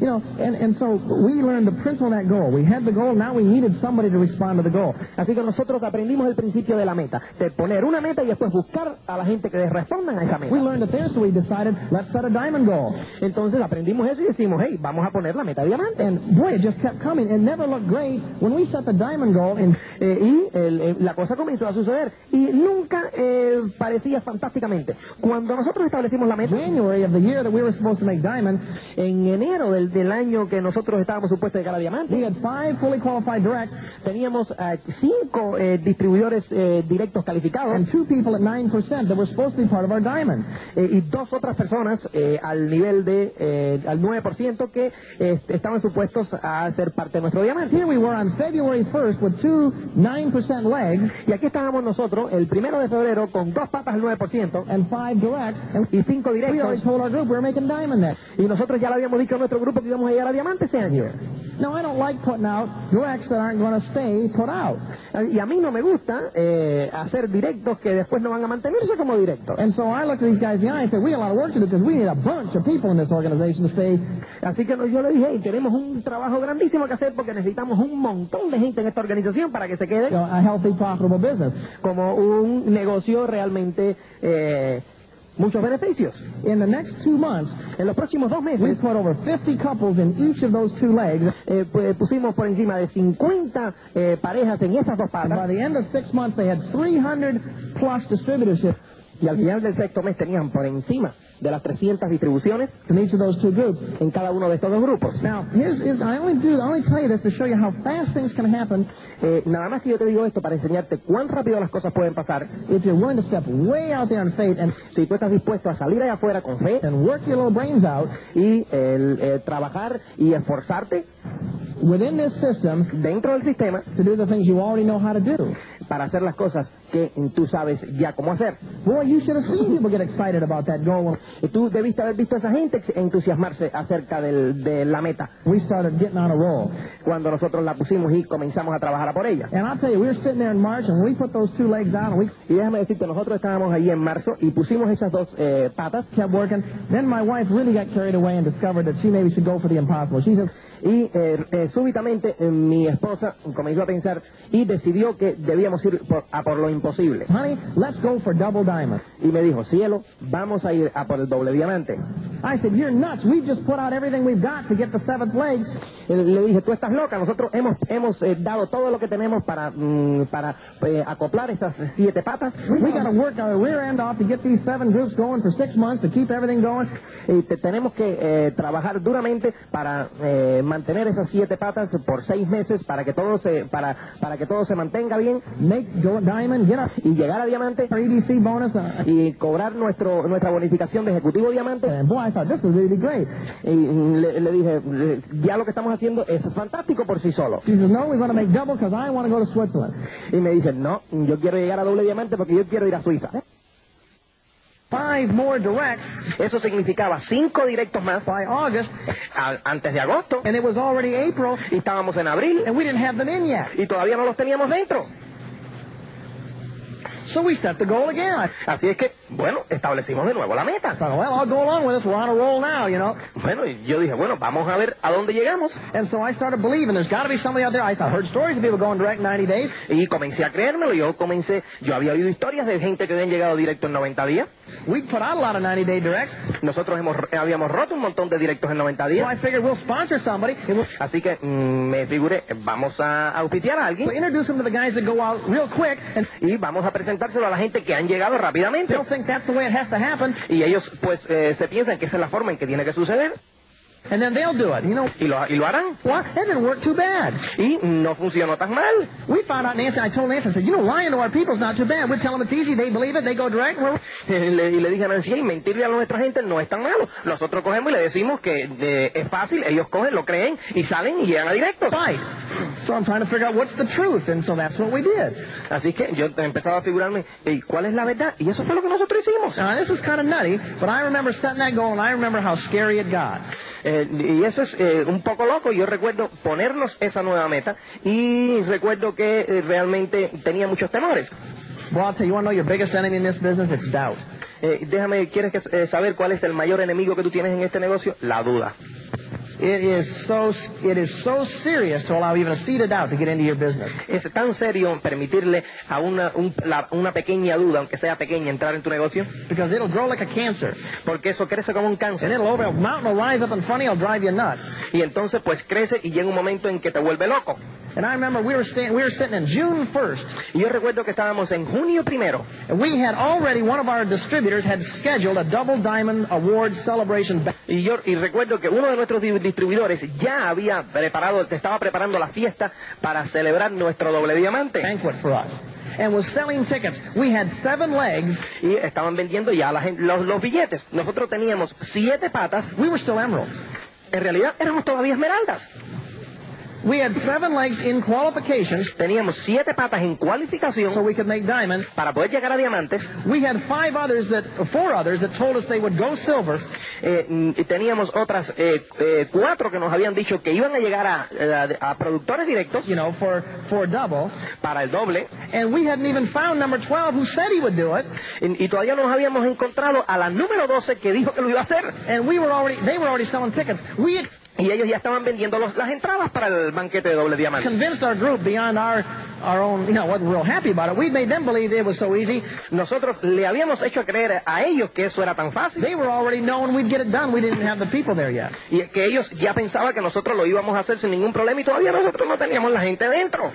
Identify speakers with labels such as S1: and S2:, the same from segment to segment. S1: you know, and, and so we learned the principle of that goal. We had the goal, now we needed somebody to respond to the goal.
S2: Así que nosotros aprendimos el principio de la meta, de poner una meta y después buscar a la gente que les respondan a esa
S1: We
S2: meta.
S1: learned it there, so we decided, let's set a diamond goal.
S2: Entonces aprendimos eso y decimos, hey, vamos a poner la meta diamante.
S1: And boy, it just kept coming. It never looked great when we set the diamond goal in
S2: Eh, y el- eh, la cosa comenzó a suceder y nunca eh, parecía fantásticamente. Cuando nosotros establecimos la meta,
S1: January of the year that we were supposed to make diamond.
S2: en enero del, del año que nosotros estábamos supuestos de llegar a diamante,
S1: We had five fully qualified direct
S2: teníamos eh, cinco eh, distribuidores eh, directos calificados.
S1: and two people at 9% that were supposed to be part of our diamond.
S2: Eh, y dos otras personas eh, al nivel de eh, al 9% que eh, estaban supuestos a ser parte de nuestro diamante.
S1: Here we were on February 1st with two 9% legs
S2: Y aquí estábamos nosotros el primero de febrero con dos patas al 9%
S1: and five directs. And
S2: y cinco
S1: we already
S2: directos.
S1: told our group we were making diamond that.
S2: Y nosotros ya le habíamos dicho a nuestro grupo que íbamos a llegar a diamante ese año.
S1: Now, I don't like putting out directs that aren't going to stay put out.
S2: Eh, Y a mí no me gusta eh, hacer directos que después no van a mantenerse como directos.
S1: And so I looked at these guys in the eye and said, we got a lot of work to do because we need a bunch of people in this organization to stay.
S2: Así que no- yo le dije, "Hey, tenemos un trabajo grandísimo que hacer porque necesitamos un montón de gente en esta organización para que se quede
S1: You know, a healthy, profitable business.
S2: como un negocio realmente eh, muchos beneficios.
S1: In the next two months,
S2: En los próximos dos
S1: we
S2: meses
S1: put over 50 couples in each of those two legs.
S2: eh, pues, pusimos por encima de 50 eh, parejas en esas dos
S1: And by
S2: patas
S1: the end of six months, they had 300 plus distributorships
S2: y al final del sexto mes tenían por encima de las 300 distribuciones
S1: in each of those two groups.
S2: en cada uno de estos dos grupos.
S1: Now, here's, here's I only do I only tell you this to show you how fast things can happen
S2: Eh, nada más que yo te digo esto para enseñarte cuán rápido las cosas pueden pasar
S1: if you're willing to step way out there in faith and
S2: si tú estás dispuesto a salir allá afuera con fe
S1: and work your little brains out.
S2: y el, eh, trabajar y esforzarte
S1: within this system
S2: dentro del sistema
S1: to do the things you already know how to do.
S2: para hacer las cosas que tú sabes ya cómo hacer.
S1: Boy, you should have seen people get excited about that goal when
S2: Y Tú debiste haber visto a esa gente entusiasmarse acerca del- de la meta
S1: we started getting on a roll.
S2: cuando nosotros la pusimos y comenzamos a trabajar a por ella.
S1: And I'll tell you, we were sitting there in March, and we put those two legs out, and we
S2: Y déjame decirte, nosotros estábamos ahí en marzo y pusimos esas dos eh, patas
S1: kept working. Then my wife really got carried away and discovered that she maybe should go for the impossible. She said,
S2: y eh, eh, súbitamente eh, mi esposa comenzó a pensar y decidió que debíamos ir por- a por lo imposible.
S1: honey, let's go for double diamond.
S2: Y me dijo, cielo, vamos a ir a por el doble diamante.
S1: I said, you're nuts. We've just put out everything we've got to get the seventh leg.
S2: Eh, Le dije, tú estás loca, nosotros hemos hemos eh, dado todo lo que tenemos para, mm, para eh, acoplar esas siete patas.
S1: We got to work our rear end off to get these seven groups going for six months to keep everything going.
S2: Y te- tenemos que eh, trabajar duramente para eh, mantener esas siete patas por seis meses para que todo se para para que todo se mantenga bien
S1: Make go diamond, get our
S2: y llegar a diamante
S1: our EDC bonus. Uh,
S2: y cobrar nuestro nuestra bonificación de ejecutivo diamante
S1: And boy, I thought this was really great.
S2: y le, le dije "Eh, ya lo que estamos haciendo es fantástico por sí solo
S1: She says, no, we're going to make double because I want to go to Switzerland.
S2: y me dice no yo quiero llegar a doble diamante porque yo quiero ir a Suiza
S1: Five more directs
S2: eso significaba cinco directos más
S1: by August,
S2: a- antes de agosto
S1: and it was already April,
S2: y estábamos en abril
S1: and we didn't have them in yet.
S2: y todavía no los teníamos dentro
S1: So we set the goal again. I
S2: así es que bueno establecimos de nuevo la meta
S1: thought, well, I'll go along with this. We're on a roll now, you know.
S2: Bueno, y yo dije, bueno, vamos a ver a dónde llegamos.
S1: And so I started believing there's got to be somebody out there. I thought, heard stories of people going direct 90 days.
S2: Y comencé a creérmelo, yo comencé, yo había oído historias de gente que habían llegado directo en 90 días.
S1: We'd put out a lot of 90 day directs.
S2: Nosotros hemos, habíamos roto un montón de directos en 90
S1: So
S2: días.
S1: I figured we'll sponsor somebody. And we'll
S2: Así que mm, me figuré, vamos a auspiciar a
S1: we'll
S2: alguien
S1: introduce them to the guys that go out real quick, and
S2: y vamos a presentárselo a la gente que han llegado rápidamente.
S1: they'll think that's the way it has to happen,
S2: Y ellos, pues, eh, se piensan que esa es la forma en que tiene que suceder
S1: and then they'll do it. You know,
S2: y lo, y lo harán.
S1: well, that didn't work too bad.
S2: Y no funcionó tan mal.
S1: We found out, Nancy, I told Nancy, I said, you know, lying to our people's not too bad. We tell them it's easy, they believe it, they go direct. We're...
S2: Eh, le- y le dije a Nancy, "Ey, mentirle a nuestra gente no es tan malo. Nosotros cogemos y le decimos que eh, es fácil, ellos cogen, lo creen y salen y llegan a directos.
S1: Right. So I'm trying to figure out what's the truth, and so that's what we did.
S2: Así que yo empezaba a figurarme, "Ey, ¿cuál es la verdad? Y eso fue lo que nosotros hicimos.
S1: Now, this is kind of nutty, but I remember setting that goal, and I remember how scary it got.
S2: Eh, y eso es eh, un poco loco. Yo recuerdo ponernos esa nueva meta y recuerdo que eh, realmente tenía muchos temores.
S1: Well, I'll tell you, you want to know your biggest enemy in this business? It's doubt.
S2: Eh, déjame, ¿quieres que- eh, saber cuál es el mayor enemigo que tú tienes en este negocio? La duda.
S1: It It is so it is so serious to allow even a seed of doubt to get into your business.
S2: ¿Es tan serio permitirle a una, un- la- una pequeña duda, aunque sea pequeña, entrar en tu negocio?
S1: Because it'll grow like a cancer.
S2: Porque eso crece como un
S1: And
S2: cáncer.
S1: it'll over a mountain will rise up in front of you, it'll drive you nuts.
S2: Y entonces pues crece y llega un momento en que te vuelve loco.
S1: And I remember we were staying we were sitting in June first,
S2: Y yo recuerdo que estábamos en junio primero
S1: and we had already one of our distributors had scheduled a double diamond award celebration ba-
S2: y yo y recuerdo que uno de nuestros di- distribuidores ya había preparado, te estaba preparando la fiesta para celebrar nuestro doble diamante.
S1: banquet for us. And was selling tickets. We had seven legs.
S2: Y estaban vendiendo ya la gen- los, los billetes. Nosotros teníamos siete patas,
S1: We were still emeralds.
S2: en realidad éramos todavía esmeraldas.
S1: We had seven legs in qualifications
S2: Teníamos siete patas en cualificación
S1: so we could make diamond.
S2: para poder llegar a diamantes.
S1: We had five others that, four others that told us they would go silver,
S2: Eh, mm, y teníamos otras eh, eh, cuatro que nos habían dicho que iban a llegar a, eh, a- a productores directos
S1: you know, for, for double.
S2: para el doble.
S1: And we hadn't even found number 12 who said he would do it.
S2: Y, y todavía nos habíamos encontrado a la número 12 que dijo que lo iba a hacer.
S1: And we were already, they were already selling tickets. We had
S2: Y ellos ya estaban vendiendo los- las entradas para el banquete de doble diamante.
S1: convinced our group beyond our, our own, you know, wasn't real happy about it. We'd made them believe it was so easy.
S2: Nosotros le habíamos hecho creer a ellos que eso era tan fácil
S1: They were already knowing we'd get it done. We didn't have the people there yet.
S2: y que ellos ya pensaban que nosotros lo íbamos a hacer sin ningún problema y todavía nosotros no teníamos la gente dentro.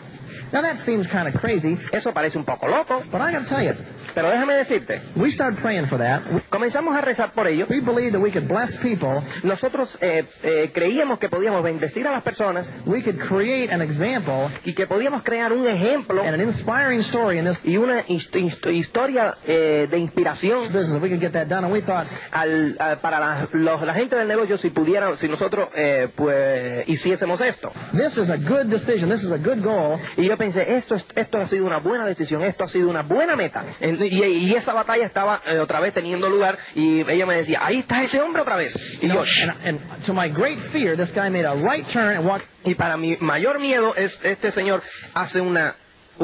S1: Now that seems kind of crazy,
S2: Eso parece un poco loco,
S1: but I gotta tell you,
S2: pero déjame decirte,
S1: we started praying for that.
S2: comenzamos a rezar por ellos.
S1: We believed that we could bless people.
S2: Nosotros eh, eh, creíamos que podíamos bendecir a las personas
S1: We could create an example
S2: y que podíamos crear un ejemplo
S1: and an inspiring story in this
S2: y una hist- hist- historia eh, de inspiración
S1: business. We could get that done. And we thought,
S2: al- a- para la, los- la gente del negocio si pudieran, si nosotros eh, pues hiciésemos esto.
S1: this is a good decision. This is a good goal.
S2: Y yo pensé, esto, es- esto ha sido una buena decisión, esto ha sido una buena meta. En- Y, y esa batalla estaba eh, otra vez teniendo lugar y ella me decía, ahí está ese hombre otra vez.
S1: You
S2: Y yo,
S1: know,
S2: "Shh".
S1: and, and to my great fear, this guy made a right turn and walked
S2: y para mi mayor miedo es este señor hace una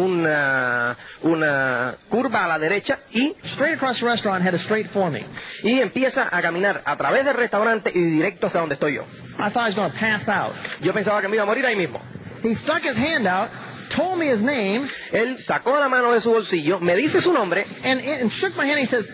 S2: una una curva a la derecha y
S1: straight across the restaurant, headed straight for me.
S2: y empieza a caminar a través del restaurante y directo hacia donde estoy yo.
S1: I thought he was going to pass out.
S2: Yo pensaba que me iba a morir ahí mismo.
S1: He stuck his hand out, told me his name,
S2: Él sacó la mano de su bolsillo, me dice su nombre,
S1: and, and shook my hand. He says,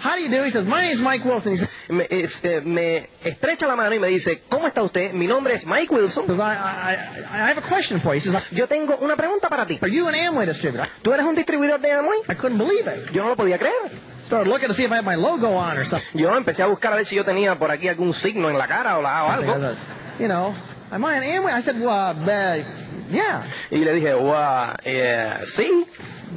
S1: how do you do? He says, my name's Mike Wilson. He says,
S2: me, este, me estrecha la mano y me dice, ¿cómo está usted? Mi nombre es Mike Wilson.
S1: I, I, I, I have a question for you. He says,
S2: Yo tengo una pregunta para ti.
S1: are you an Amway distributor?
S2: ¿Tú eres un distribuidor de Amway?
S1: I couldn't believe it.
S2: Yo no lo podía creer.
S1: Started looking to see if I had my logo on or something.
S2: Yo empecé a buscar a ver si yo tenía por aquí algún signo en la cara o, la- o
S1: I
S2: algo.
S1: thought, you know, am I an Amway? I said, well, uh, yeah.
S2: Y le dije, wow, eh, sí,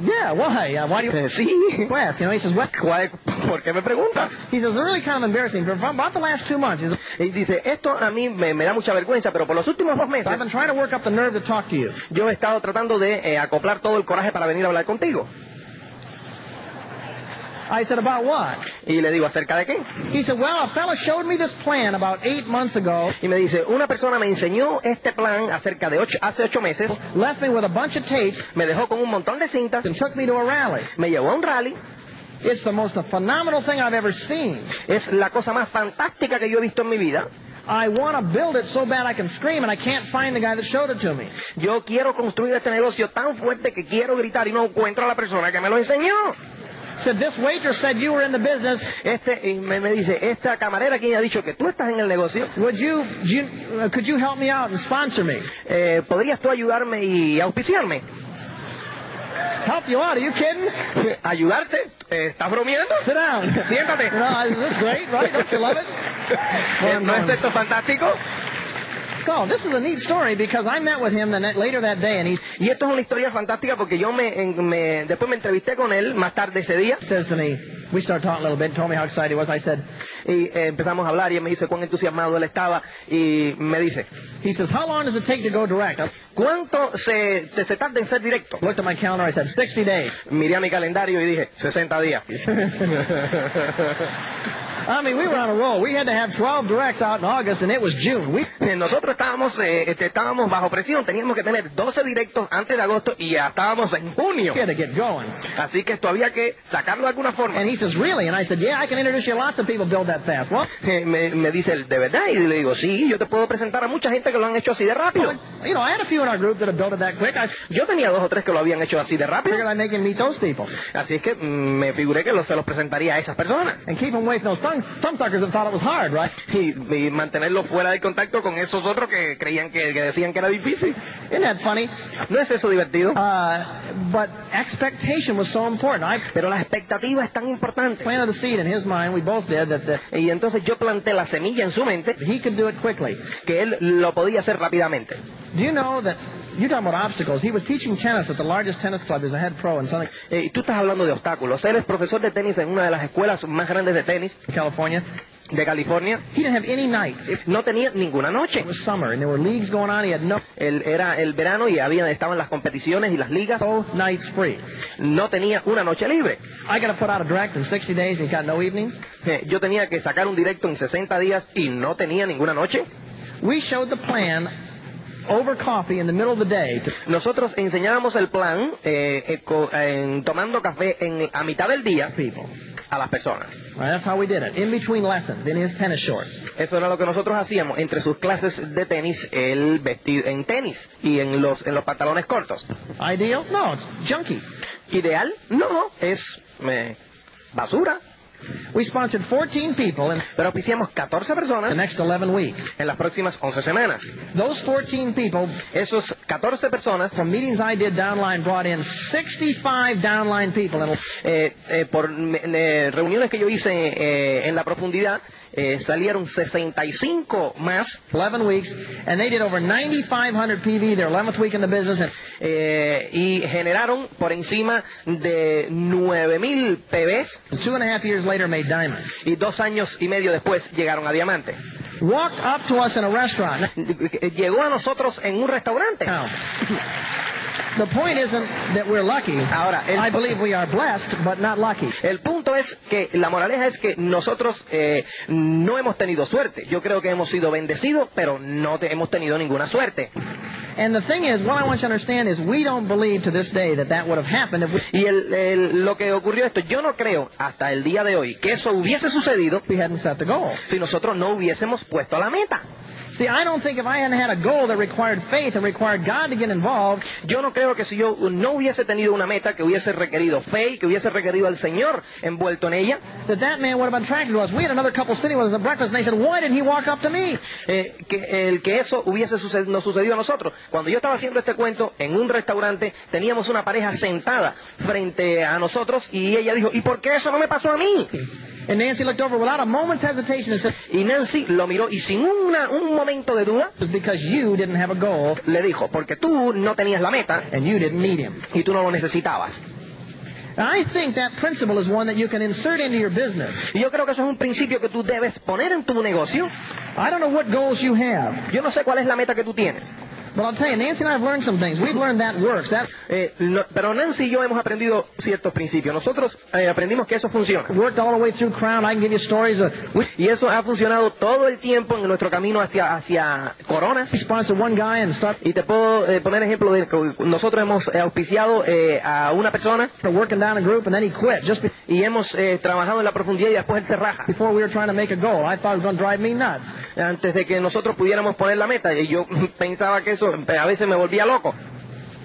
S1: Yeah, why? Uh, why do you
S2: eh, sí.
S1: ask? You know, he says, what?
S2: ¿Cuál- ¿Por qué me preguntas?
S1: He says, it's really kind of embarrassing. For about the last two months, he says,
S2: Y dice, esto a mí me, me da mucha vergüenza, pero por los últimos dos meses
S1: I've been trying to work up the nerve to talk to you.
S2: yo he estado tratando de eh, acoplar todo el coraje para venir a hablar contigo.
S1: I said, about what?
S2: Y le digo, ¿acerca de qué?
S1: He said, well, a fella showed me this plan about eight months ago,
S2: Y me dice, una persona me enseñó este plan acerca de ocho, hace ocho meses,
S1: left me with a bunch of tape,
S2: me dejó con un montón de cintas,
S1: and took me to a rally.
S2: me llevó a un rally,
S1: It's the most phenomenal thing I've ever seen.
S2: es la cosa más fantástica que yo he visto en mi vida.
S1: I want to build it so bad I can scream, and I can't find the guy that showed it to me.
S2: Yo quiero construir este negocio tan fuerte que quiero gritar y no encuentro a la persona que me lo enseñó.
S1: Said, this waitress said you were in the business.
S2: Este, y me, me dice, esta camarera quien ha dicho que tú estás en el negocio,
S1: Would you, do you uh, could you help me out and sponsor me?
S2: eh, ¿podrías tú ayudarme y auspiciarme?
S1: Help you out? Are you kidding?
S2: ¿Ayudarte? Eh, ¿Estás bromeando?
S1: Sit down.
S2: Siéntate.
S1: You know, I- that's great, right? Don't you love it?
S2: Eh, ¿No es esto fantástico?
S1: So this is a neat story because I met with him the net, later that day, and he
S2: Y esto es una historia fantástica porque yo me, en- me- después me entrevisté con él más tarde ese día
S1: says to me, we started talking a little bit, told me how excited he was. I said,
S2: y eh, empezamos a hablar y él me dice cuán entusiasmado él estaba y me dice,
S1: he says, how long does it take to go direct? I
S2: ¿cuánto se, te- se tarda en ser directo?
S1: looked at my calendar. I said, 60 days.
S2: Miré a mi calendario y dije, 60 días.
S1: I mean, we were on a roll. We had to have 12 directs out in August, and it was June. We
S2: Eh, Nosotros estábamos, eh, este, estábamos bajo presión, teníamos que tener 12 directos antes de agosto y ya estábamos en junio.
S1: had to get going.
S2: Así que esto había que sacarlo de alguna forma.
S1: And he says, really? And I said, yeah, I can introduce you to lots of people build that fast. Well,
S2: Eh, Me, me dice él, ¿de verdad? Y le digo, sí, yo te puedo presentar a mucha gente que lo han hecho así de rápido.
S1: you know, I had a few in our group that had built it that quick. I
S2: Yo tenía dos o tres que lo habían hecho así de rápido.
S1: figured I'd make him meet those people
S2: Así es que mm, me figuré que lo- se los presentaría a esas personas.
S1: and keep him away from those thumb, thumb suckers that thought it was hard, right?
S2: Y, y mantenerlo fuera de contacto con esos otros que creían que, que decían que era difícil.
S1: Isn't that funny?
S2: ¿No es eso divertido?
S1: Uh, but expectation was so important. I
S2: Pero la expectativa es tan importante.
S1: planted the seed in his mind, we both did, that the,
S2: Y entonces yo planté la semilla en su mente
S1: he could do it quickly.
S2: que él lo podía hacer rápidamente.
S1: Do you know that, you're talking about obstacles, he was teaching tennis at the largest tennis club, he's a head pro in Southern
S2: Eh, tú estás hablando de obstáculos. Él es profesor de tenis en una de las escuelas más grandes de tenis
S1: California.
S2: de California.
S1: He didn't have any nights. It
S2: No tenía ninguna noche.
S1: was summer, and there were leagues going on, he had no,
S2: Él- era el verano y había, estaban las competiciones y las ligas.
S1: no nights free.
S2: No tenía una noche libre.
S1: I got to put out a direct in 60 days, and he got no evenings.
S2: Eh, yo tenía que sacar un directo en 60 días y no tenía ninguna noche.
S1: We showed the plan over coffee in the middle of the day to
S2: Nosotros enseñábamos el plan eh, eh, co- en- tomando café en, a mitad del día
S1: people.
S2: a las personas.
S1: All right, that's how we did it. In between lessons, in his tennis shorts.
S2: Eso era lo que nosotros hacíamos entre sus clases de tenis, el vestir en tenis y en los en los pantalones cortos.
S1: Ideal? No, it's junky.
S2: Ideal, no, es eh, basura.
S1: We sponsored 14 people in
S2: Pero oficiamos 14
S1: the
S2: personas
S1: next 11 weeks.
S2: en las próximas 11 semanas.
S1: Those 14 people,
S2: Esos 14 personas
S1: from meetings I did downline, brought in 65 downline people. And
S2: Eh, eh, por me- eh, reuniones que yo hice eh, en la profundidad, eh, salieron 65 más
S1: 11 weeks, and they did over 9,500 PV their 11th week in the business, and
S2: eh, y generaron por encima de 9.000 PBs
S1: two and a half years later made diamonds.
S2: y dos años y medio después llegaron a Diamante.
S1: Walked up to us in a restaurant.
S2: Llegó a nosotros en un restaurante.
S1: Now, the point isn't that we're lucky.
S2: Ahora, el-
S1: I believe we are blessed, but not lucky.
S2: El punto es que la moraleja es que nosotros eh, no hemos tenido suerte. Yo creo que hemos sido bendecidos, pero no te- hemos tenido ninguna suerte.
S1: And the thing is, what I want you to understand is we don't believe to this day that that would have happened if we,
S2: Y el- el- lo que ocurrió esto, yo no creo hasta el día de hoy que eso hubiese sucedido
S1: we hadn't set the goal.
S2: si nosotros no hubiésemos puesto la meta.
S1: See, I don't think if I hadn't had a goal that required faith and required God to get involved,
S2: Yo no creo que si yo no hubiese tenido una meta que hubiese requerido fe y que hubiese requerido al Señor envuelto en ella,
S1: that that man would have attracted to us. We had another couple sitting with us at breakfast, and they said, why didn't he walk up to me?
S2: eh, que el que eso hubiese suced- nos sucedido a nosotros. Cuando yo estaba haciendo este cuento en un restaurante, teníamos una pareja sentada frente a nosotros y ella dijo, ¿y por qué eso no me pasó a mí?
S1: And Nancy looked over without a moment's hesitation and said,
S2: Y Nancy lo miró y sin una- un momento de duda
S1: it was because you didn't have a goal
S2: le dijo, porque tú no tenías la meta,
S1: and you didn't need him.
S2: y tú no lo necesitabas.
S1: And I think that principle is one that you can insert into your business.
S2: Y yo creo que eso es un principio que tú debes poner en tu negocio.
S1: I don't know what goals you have,
S2: Yo no sé cuál es la meta que tú tienes,
S1: but I'll tell you, Nancy and I have learned some things. We've learned that works. That
S2: Eh, no- pero Nancy y yo hemos aprendido ciertos principios. Nosotros eh, aprendimos que eso funciona.
S1: worked all the way through Crown. I can give you stories. Of, we
S2: Y eso ha funcionado todo el tiempo en nuestro camino hacia, hacia Coronas.
S1: sponsored one guy and started
S2: Y te puedo eh, poner ejemplo de que nosotros hemos eh, auspiciado eh, a una persona
S1: working down a group, and then he quit just be-
S2: y hemos eh, trabajado en la profundidad y después él se raja.
S1: before we were trying to make a goal. I thought it was going to drive me nuts.
S2: Antes de que nosotros pudiéramos poner la meta, y yo pensaba que eso eh, a veces me volvía loco.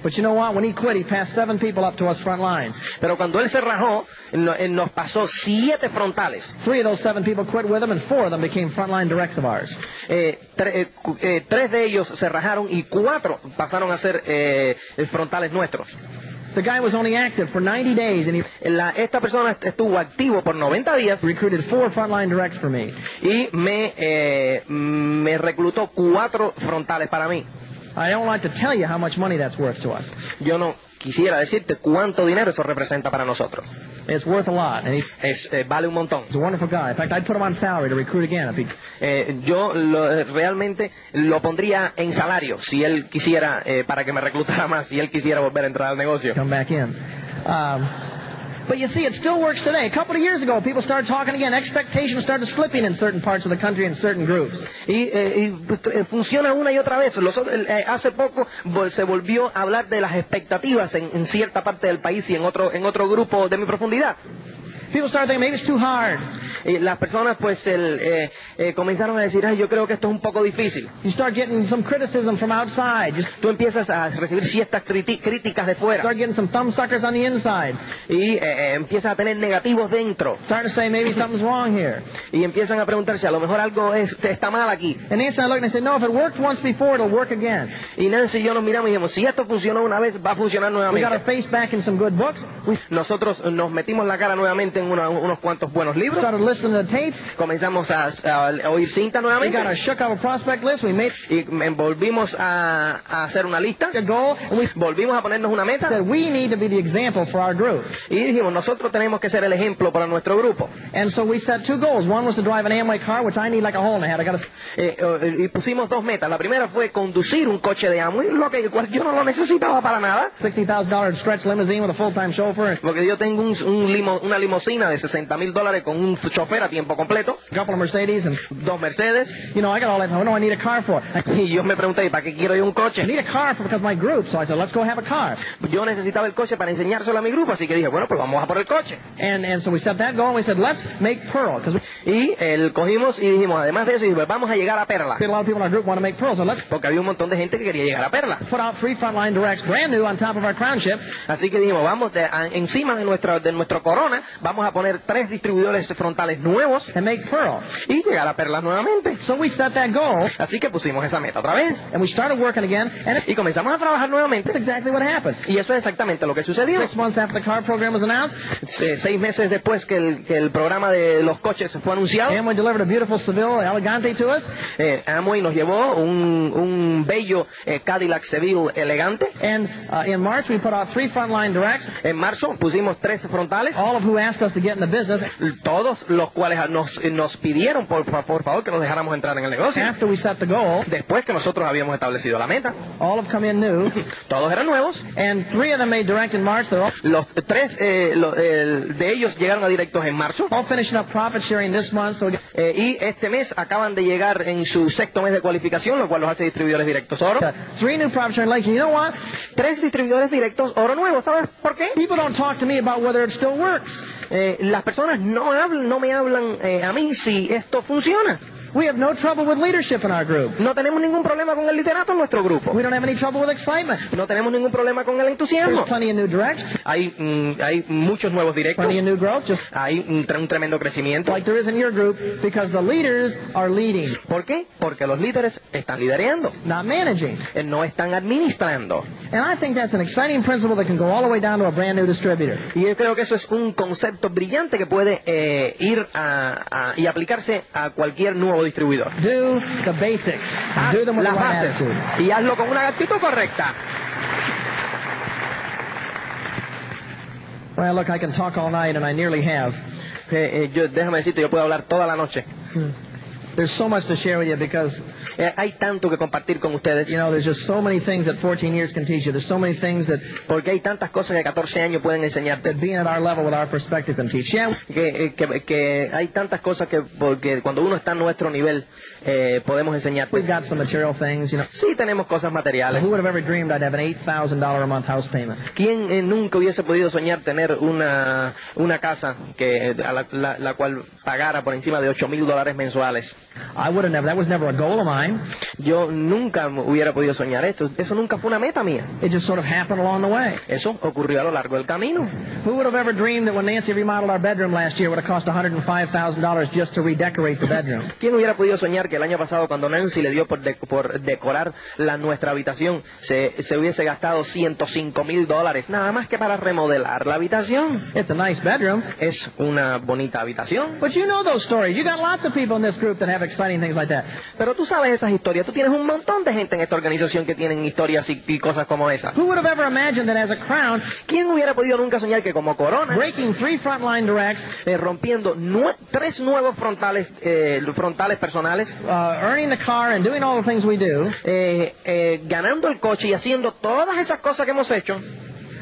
S1: But you know what? When he quit, he passed seven people up to us front line.
S2: Pero cuando él se rajó, no- él nos pasó siete frontales.
S1: Three of those seven people quit with him, and four of them became frontline directs of ours.
S2: Eh, tre- eh, cu- eh, tres de ellos se rajaron y cuatro pasaron a ser eh, frontales nuestros.
S1: The guy was only active for 90 days, and he
S2: La- esta persona estuvo activo por 90 días
S1: recruited four frontline directs for me.
S2: y me, eh, me reclutó cuatro frontales para mí.
S1: I don't like to tell you how much money that's worth to us.
S2: Yo no quisiera decirte cuánto dinero eso representa para nosotros.
S1: It's worth a lot, and he-
S2: Es, eh, vale un montón.
S1: he's a wonderful guy. In fact, I'd put him on salary to recruit again if he
S2: Eh, yo lo- eh, realmente lo pondría en salario si él quisiera, eh, para que me reclutara más, si él quisiera volver a entrar al negocio.
S1: come back in. Um, but you see, it still works today. A couple of years ago, people started talking again. Expectations started slipping in certain parts of the country and certain groups.
S2: Y, eh, y, pues, eh, funciona una y otra vez. Los otros- el- eh, hace poco vol- se volvió a hablar de las expectativas en, en cierta parte del país y en otro en otro grupo de mi profundidad.
S1: People started thinking maybe it's too hard.
S2: Y las personas pues el, eh, eh, comenzaron a decir, ay, yo creo que esto es un poco difícil.
S1: You start getting some criticism from outside. You
S2: Tú empiezas a recibir ciertas criti- críticas de fuera
S1: start getting some thumbsuckers on the inside.
S2: y eh, eh, empiezas a tener negativos dentro
S1: Starting to say maybe something's wrong here.
S2: y empiezan a preguntarse, a lo mejor algo es- está mal aquí.
S1: And Nancy and I looked and I said, no, if it worked once before, it'll work again.
S2: Y Nancy y yo nos miramos y dijimos, si esto funcionó una vez, va a funcionar
S1: We got
S2: nuevamente.
S1: our face back in some good books. We
S2: Nosotros nos metimos la cara nuevamente en una- unos cuantos buenos libros,
S1: started listening to tapes.
S2: comenzamos a, a oír cintas
S1: We got our
S2: nuevamente
S1: shook our prospect list. We made
S2: y me- volvimos a, a hacer una lista,
S1: a goal. And we
S2: volvimos a ponernos una meta
S1: said, we need to be the example for our group.
S2: y dijimos, nosotros tenemos que ser el ejemplo para nuestro grupo.
S1: And so we set two goals. One was to drive an Amway car, which I need like a hole in the head. I got to
S2: Eh, eh, y pusimos dos metas. La primera fue conducir un coche de Amway, lo que cual yo no lo necesitaba para nada,
S1: $60,000 stretch limousine with a full-time chauffeur and
S2: porque yo tengo un, un limo- una limusina de 60 mil dólares con un chofer a tiempo completo,
S1: a couple of Mercedes. And,
S2: dos Mercedes,
S1: you know, I got all that. I know I need a car for it. I
S2: y yo me pregunté, ¿y ¿para qué quiero yo un
S1: I
S2: coche?
S1: need a car for, because my group. So I said, let's go have a car.
S2: Yo necesitaba el coche para enseñárselo a mi grupo, así que dije, bueno, pues vamos a por el coche.
S1: And, and so we set that goal and we said, let's make Pearl. Because we
S2: Y el cogimos y dijimos, además de eso, dijimos, vamos a llegar a Perla,
S1: said a lot of people in our group want to make Pearl. So let's
S2: porque había un montón de gente que quería llegar a Perla.
S1: put out three frontline directs brand new on top of our crown ship.
S2: Así que dijimos, vamos de- a- encima de, nuestra, de nuestro corona, vamos a poner tres distribuidores frontales nuevos
S1: and make Pearl.
S2: y llegar a Perla nuevamente.
S1: So we set that goal
S2: Así que pusimos esa meta otra vez
S1: and we started working again, and
S2: y comenzamos a trabajar
S1: that's
S2: nuevamente.
S1: exactly what happened.
S2: Y eso es exactamente lo que sucedió.
S1: Six months after the car program was announced,
S2: Se- seis meses después que el, que el programa de los coches fue anunciado,
S1: Amway delivered a beautiful Seville Elegante to us,
S2: eh, Amway nos llevó un, un bello eh, Cadillac Seville elegante.
S1: and uh, in March we put out three frontline directs,
S2: En marzo pusimos tres frontales,
S1: all of who asked us to get in the business.
S2: todos los cuales nos, nos pidieron por, fa- por favor que nos dejáramos entrar en el negocio.
S1: After we set the goal,
S2: Después que nosotros habíamos establecido la meta,
S1: all have come in new,
S2: todos eran nuevos.
S1: and three of them made direct in March. They're all,
S2: Los tres eh, lo- el- de ellos llegaron a directos en marzo.
S1: all finishing up profit sharing this month, so we got
S2: Eh, y este mes acaban de llegar en su sexto mes de cualificación, lo cual los hace distribuidores directos oro.
S1: uh, three new profit sharing links. And you know what?
S2: Tres distribuidores directos oro nuevo, ¿sabes por qué?
S1: People don't talk to me about whether it still works.
S2: Eh, las personas no hablan, no me hablan eh, a mí si esto funciona.
S1: We have no trouble with leadership in our group.
S2: No tenemos ningún problema con el literato en nuestro grupo.
S1: We don't have any trouble with excitement.
S2: No tenemos ningún problema con el
S1: There's
S2: entusiasmo.
S1: plenty of new directs,
S2: Hay, mm, hay muchos nuevos directos.
S1: plenty of new growth, just
S2: Hay un, tre- un tremendo crecimiento.
S1: like there is in your group, because the leaders are leading,
S2: ¿Por qué? Porque los líderes están lidereando,
S1: not managing.
S2: eh, no están administrando.
S1: And I think that's an exciting principle that can go all the way down to a brand new distributor.
S2: Y yo creo que eso es un concepto brillante que puede eh, ir a- a- y aplicarse a cualquier nuevo distribuidor.
S1: Do the basics.
S2: Haz
S1: Do them with the
S2: las
S1: right
S2: bases
S1: attitude.
S2: y hazlo con una actitud correcta.
S1: Well, look, I can talk all night, and I nearly have.
S2: Eh, eh, yo, déjame decirte, yo puedo hablar toda la noche.
S1: There's so much to share with you because,
S2: Eh, hay tanto que compartir con ustedes
S1: you know, there's just so many things that 14 years can teach you. There's so many things that,
S2: porque hay tantas cosas que 14 años pueden enseñarte.
S1: that being at our level with our perspective can teach. Yeah,
S2: Que, eh, que- que hay tantas cosas que porque cuando uno está a nuestro nivel eh, podemos
S1: we've
S2: enseñarte.
S1: got some material things, you know.
S2: Sí tenemos cosas materiales.
S1: Who would have ever dreamed I'd have an $8,000 a month house payment?
S2: ¿Quién eh, nunca hubiese podido soñar tener una, una casa que, a la, la- la cual pagara por encima de 8 mil dólares mensuales?
S1: I would have never. That was never a goal of mine.
S2: Yo nunca m- hubiera podido soñar esto. Eso nunca fue una meta mía.
S1: It just sort of happened along the way.
S2: Eso ocurrió a lo largo del camino.
S1: Who would have ever dreamed that when Nancy remodeled our bedroom last year, it would have cost $105,000 just to redecorate the bedroom?
S2: ¿Quién hubiera podido soñar que el año pasado cuando Nancy le dio por, de- por decorar la, nuestra habitación se, se hubiese gastado 105 mil dólares nada más que para remodelar la habitación?
S1: It's a nice bedroom.
S2: Es una bonita habitación.
S1: But you know those stories. You got lots of people in this group that have exciting things like that.
S2: Pero tú sabes esas historias. Tú tienes un montón de gente en esta organización que tienen historias y- y cosas como esas.
S1: Who would have ever imagined that as a crown,
S2: ¿Quién hubiera podido nunca soñar que como corona,
S1: breaking three frontline directs,
S2: eh, rompiendo nue- tres nuevos frontales, eh, frontales personales,
S1: uh, earning the car and doing all the things we do,
S2: eh, eh, ganando el coche y haciendo todas esas cosas que hemos hecho,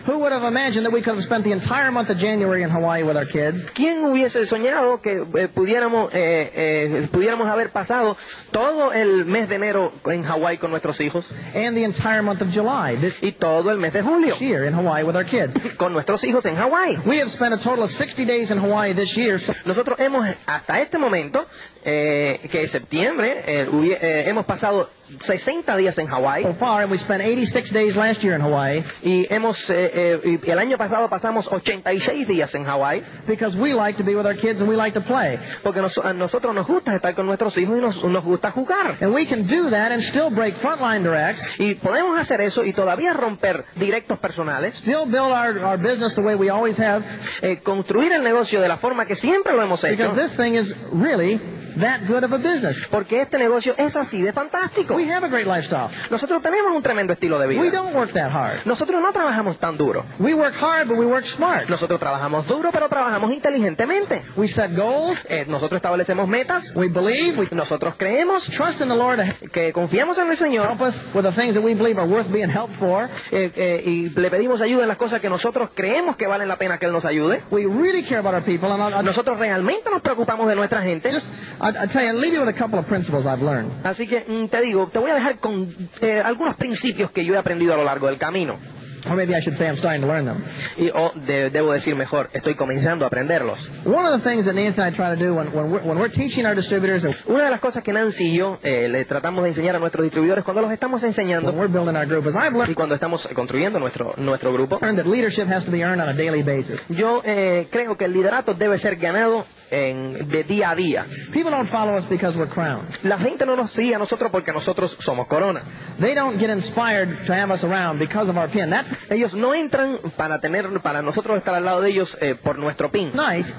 S1: Who would have imagined that we could have spent the entire month of January in Hawaii with our kids?
S2: ¿Quién hubiese soñado que eh, pudiéramos, eh, eh, pudiéramos haber pasado todo el mes de enero en Hawái con nuestros hijos
S1: And the entire month of July this
S2: y todo el mes de julio
S1: year in Hawaii with our kids.
S2: con nuestros hijos en Hawái?
S1: We have spent a total of 60 days in Hawaii this year. So
S2: Nosotros hemos, hasta este momento, eh, que es septiembre, eh, hubie- eh, hemos pasado 60 días en Hawái
S1: so far, and we spent 86 days last year in Hawaii
S2: y hemos, eh, eh, y el año pasado pasamos 86 días en Hawái
S1: because we like to be with our kids and we like to play.
S2: porque nos- a nosotros nos gusta estar con nuestros hijos y nos, nos gusta jugar.
S1: And we can do that and still break frontline directs,
S2: Y podemos hacer eso y todavía romper directos personales,
S1: still build our, our business the way we always have,
S2: eh, construir el negocio de la forma que siempre lo hemos hecho,
S1: because this thing is really that good of a business.
S2: porque este negocio es así de fantástico.
S1: We have a great lifestyle.
S2: Nosotros tenemos un tremendo estilo de
S1: We
S2: vida.
S1: don't work that hard.
S2: Nosotros no trabajamos tan duro.
S1: We work hard, but we work smart.
S2: Nosotros trabajamos duro, pero trabajamos inteligentemente.
S1: We set goals.
S2: Eh, nosotros establecemos metas. pues,
S1: We believe. We
S2: Nosotros creemos
S1: trust in the Lord to
S2: que confiamos en el Señor pues,
S1: help us with the things that we believe are worth being helped for.
S2: eh, eh, y le pedimos ayuda en las cosas que nosotros creemos que valen la pena que Él nos ayude.
S1: We really care about our people, and I'll, I'll, just,
S2: Nosotros realmente nos preocupamos de nuestra gente.
S1: I'll, I'll tell you, I'll leave you with a couple of principles I've learned.
S2: Así que mm, te digo, te voy a dejar con eh, algunos principios que yo he aprendido a lo largo del camino.
S1: Or maybe I should say I'm starting to learn them.
S2: Y, o de- debo decir mejor, estoy comenzando a aprenderlos.
S1: One of the things that Nancy and I try to do when, when, we're, when we're teaching our distributors and
S2: Una de las cosas que Nancy y yo eh, le tratamos de enseñar a nuestros distribuidores cuando los estamos
S1: when
S2: enseñando
S1: we're building our group is I've
S2: y
S1: learned
S2: cuando estamos construyendo nuestro, nuestro grupo,
S1: that leadership has to be earned on a daily basis.
S2: Yo eh, creo que el liderato debe ser ganado en- de día a día.
S1: People don't follow us because we're crowned.
S2: La gente no nos sigue a nosotros porque nosotros somos corona.
S1: They don't get inspired to have us around because of our pin. That's
S2: Ellos no entran para tener, para nosotros estar al lado de ellos eh, por nuestro pin.
S1: nice,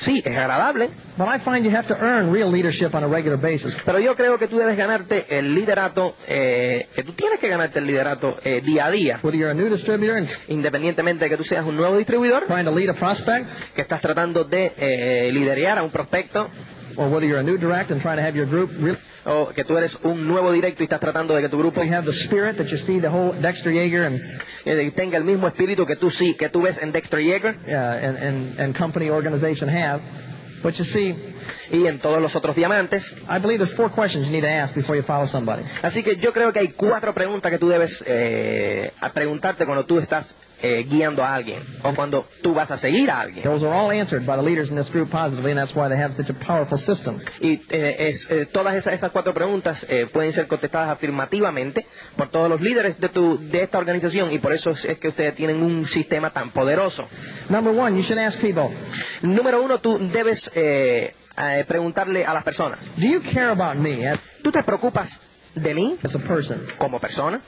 S2: Sí, es agradable,
S1: but I find you have to earn real leadership on a regular basis.
S2: pero yo creo que tú debes ganarte el liderato, eh, que tú tienes que ganarte el liderato eh, día a día,
S1: Whether you're a new distributor and
S2: independientemente de que tú seas un nuevo distribuidor,
S1: trying to lead a prospect,
S2: que estás tratando de eh, liderear a un prospecto,
S1: or whether you're a new direct and trying to have your group really
S2: o que tú eres un nuevo directo y estás tratando de que tu grupo
S1: have the spirit that you see the whole Dexter Yeager and
S2: eh, tenga el mismo espíritu que tú sí, que tú ves en Dexter Yeager.
S1: uh, and, and, and company organization have. But you see,
S2: y en todos los otros diamantes.
S1: I believe there's four questions you need to ask before you follow somebody.
S2: Así que yo creo que hay cuatro preguntas que tú debes eh, a preguntarte cuando tú estás eh, guiando a alguien o cuando tú vas a seguir a alguien.
S1: Those are all answered by the leaders in this group positively, and that's why they have such a powerful system.
S2: Y eh, es, eh, todas esas, esas cuatro preguntas eh, pueden ser contestadas afirmativamente por todos los líderes de, tu, de esta organización y por eso es, es que ustedes tienen un sistema tan poderoso.
S1: Number one, you should ask people,
S2: Número uno, tú debes eh, eh, preguntarle a las personas,
S1: do you care about me as,
S2: ¿tú te preocupas de mí
S1: as a person?
S2: como persona?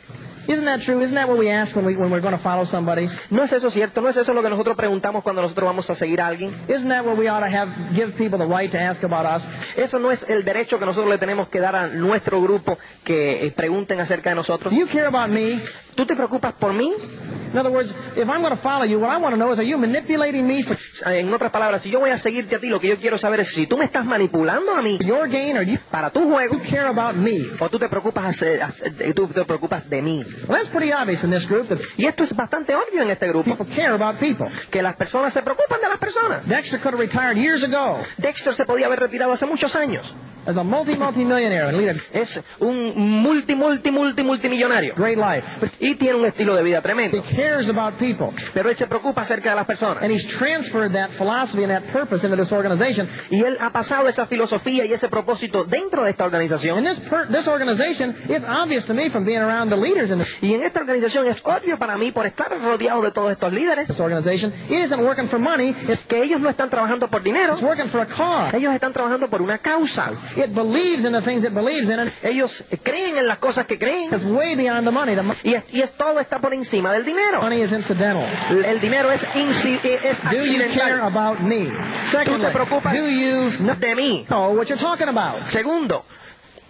S1: Isn't that true? Isn't that what we ask when, we, when we're going to follow somebody?
S2: ¿No es eso cierto? ¿No es eso lo que nosotros preguntamos cuando nosotros vamos a seguir a alguien?
S1: Isn't that what we ought to have, give people the right to ask about us?
S2: Eso no es el derecho que nosotros le tenemos que dar a nuestro grupo que eh, pregunten acerca de nosotros.
S1: Do you care about me?
S2: ¿Tú te preocupas por mí?
S1: In other words, if I'm going to follow you, what I want to know is, are you manipulating me for
S2: En otras palabras, si yo voy a seguirte a ti, lo que yo quiero saber es si tú me estás manipulando a mí
S1: your gain, or do you
S2: para tu juego
S1: care about me?
S2: o tú te preocupas hacer- hacer- de- eh, tú te preocupas de mí.
S1: Well, that's pretty obvious in this group that
S2: Y esto es bastante obvio en este grupo,
S1: people care about people.
S2: que las personas se preocupan de las personas.
S1: Dexter could have retired years ago
S2: Dexter se podía haber retirado hace muchos años.
S1: as a multi-multi-millionaire and lead a
S2: Es un multi, multi, multi, multimillonario.
S1: great life. But
S2: Y tiene un estilo de vida tremendo.
S1: he cares about people.
S2: Pero él se preocupa acerca de las personas.
S1: And he's transferred that philosophy and that purpose into this organization.
S2: Y él ha pasado esa filosofía y ese propósito dentro de esta
S1: And
S2: organización.
S1: this per- this organization, it's obvious to me from being around the leaders in this
S2: Y en esta organización es obvio para mí, por estar rodeado de todos estos líderes,
S1: organization, it isn't working for money, it's,
S2: que ellos no están trabajando por dinero,
S1: it's working for a cause.
S2: ellos están trabajando por una causa.
S1: It believes in the things it believes in, and
S2: Ellos creen en las cosas que creen
S1: it's way beyond the money. The mo-
S2: y, es- y es- todo está por encima del dinero.
S1: money is incidental.
S2: El dinero es, inci- es
S1: Do you care
S2: accidental.
S1: about me?
S2: Tú te
S1: Secondly,
S2: preocupas
S1: do you
S2: de mí.
S1: know what you're talking about?
S2: Segundo,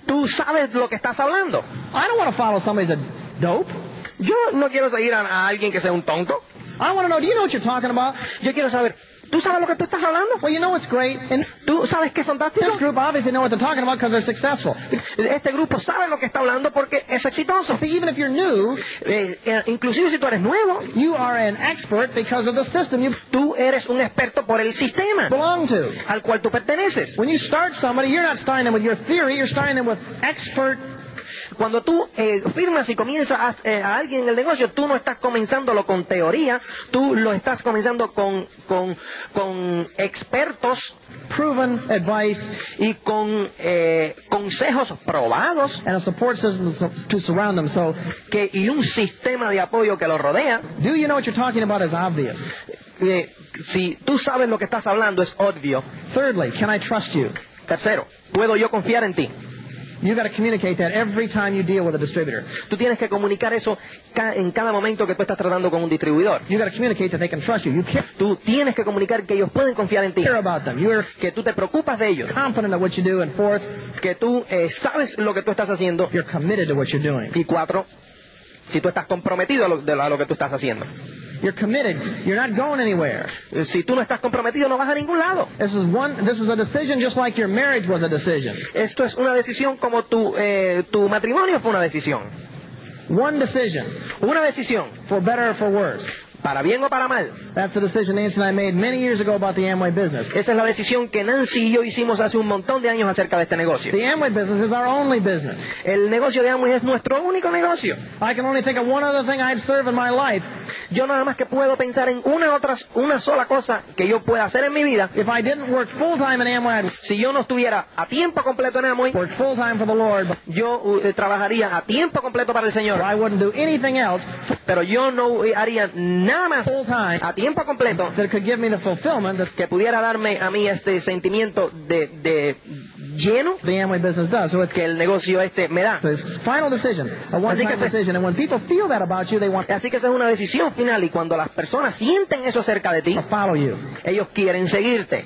S2: tú sabes lo que estás hablando.
S1: I don't want to follow somebody that's a dope.
S2: Yo no quiero seguir a, a alguien que sea un tonto.
S1: I want to know, do you know what you're talking about?
S2: Yo quiero saber, ¿Tú sabes lo que tú estás hablando?
S1: Well, you know what's great? And
S2: ¿Tú sabes qué es fantástico?
S1: this group obviously know what they're talking about because they're successful.
S2: Este grupo sabe lo que está hablando porque es exitoso.
S1: See, even if you're new,
S2: Eh, eh, inclusive si tú eres nuevo,
S1: you are an expert because of the system you
S2: tú eres un experto por el sistema
S1: belong to.
S2: al cual tú perteneces.
S1: When you start somebody, you're not starting them with your theory, you're starting them with expert.
S2: Cuando tú eh, firmas y comienzas a, eh, a alguien en el negocio, tú no estás comenzándolo con teoría, tú lo estás comenzando con, con, con expertos
S1: Proven advice
S2: y con eh, consejos probados
S1: and a support system to surround them. So,
S2: que, y un sistema de apoyo que lo rodea.
S1: do you know what you're talking about is obvious.
S2: Eh, si tú sabes lo que estás hablando, es obvio.
S1: Thirdly, can I trust you?
S2: Tercero, ¿puedo yo confiar en ti?
S1: You got to communicate that every time you deal with a distributor.
S2: Tú tienes que comunicar eso ca- en cada momento que tú estás tratando con un distribuidor.
S1: You got to communicate that they can trust you. You care
S2: Tú tienes que comunicar que ellos pueden confiar en ti,
S1: care about them. You are
S2: que tú te preocupas de ellos,
S1: confident at what you do. And fourth,
S2: que tú eh, sabes lo que tú estás haciendo.
S1: you're committed to what you're doing.
S2: Y cuatro, si tú estás comprometido a lo, de lo- a lo que tú estás haciendo.
S1: You're committed. You're not going anywhere.
S2: Eh, Si tú no estás comprometido, no vas a ningún lado.
S1: This is one. This is a decision, just like your marriage was a decision.
S2: Esto es una decisión como tu, eh, tu matrimonio fue una decisión.
S1: One decision,
S2: Una decisión,
S1: for better or for worse.
S2: para bien o para mal.
S1: That's the decision Nancy and I made many years ago about the Amway business.
S2: Esa es la decisión que Nancy y yo hicimos hace un montón de años acerca de este negocio.
S1: The Amway business is our only business.
S2: El negocio de Amway es nuestro único negocio.
S1: I can only think of one other thing I'd serve in my life
S2: Yo nada más que puedo pensar en una otra, una sola cosa que yo pueda hacer en mi vida.
S1: If I didn't work full time in Amway,
S2: Si yo no estuviera a tiempo completo en Amway,
S1: I'd
S2: pues
S1: work full time for the Lord, but
S2: yo eh, trabajaría a tiempo completo para el Señor.
S1: I wouldn't do anything else
S2: Pero yo no eh, haría nada más
S1: full time
S2: a tiempo completo
S1: that could give me the fulfillment that
S2: que pudiera darme a mí este sentimiento de, de lleno
S1: the Amway business does. So it's
S2: que el negocio este me da.
S1: this final decision, a one time
S2: I think it's a-
S1: decision. And when people feel that about you, they want
S2: Así que esa es una decisión final y cuando las personas sienten eso acerca de ti,
S1: to follow you.
S2: ellos quieren seguirte.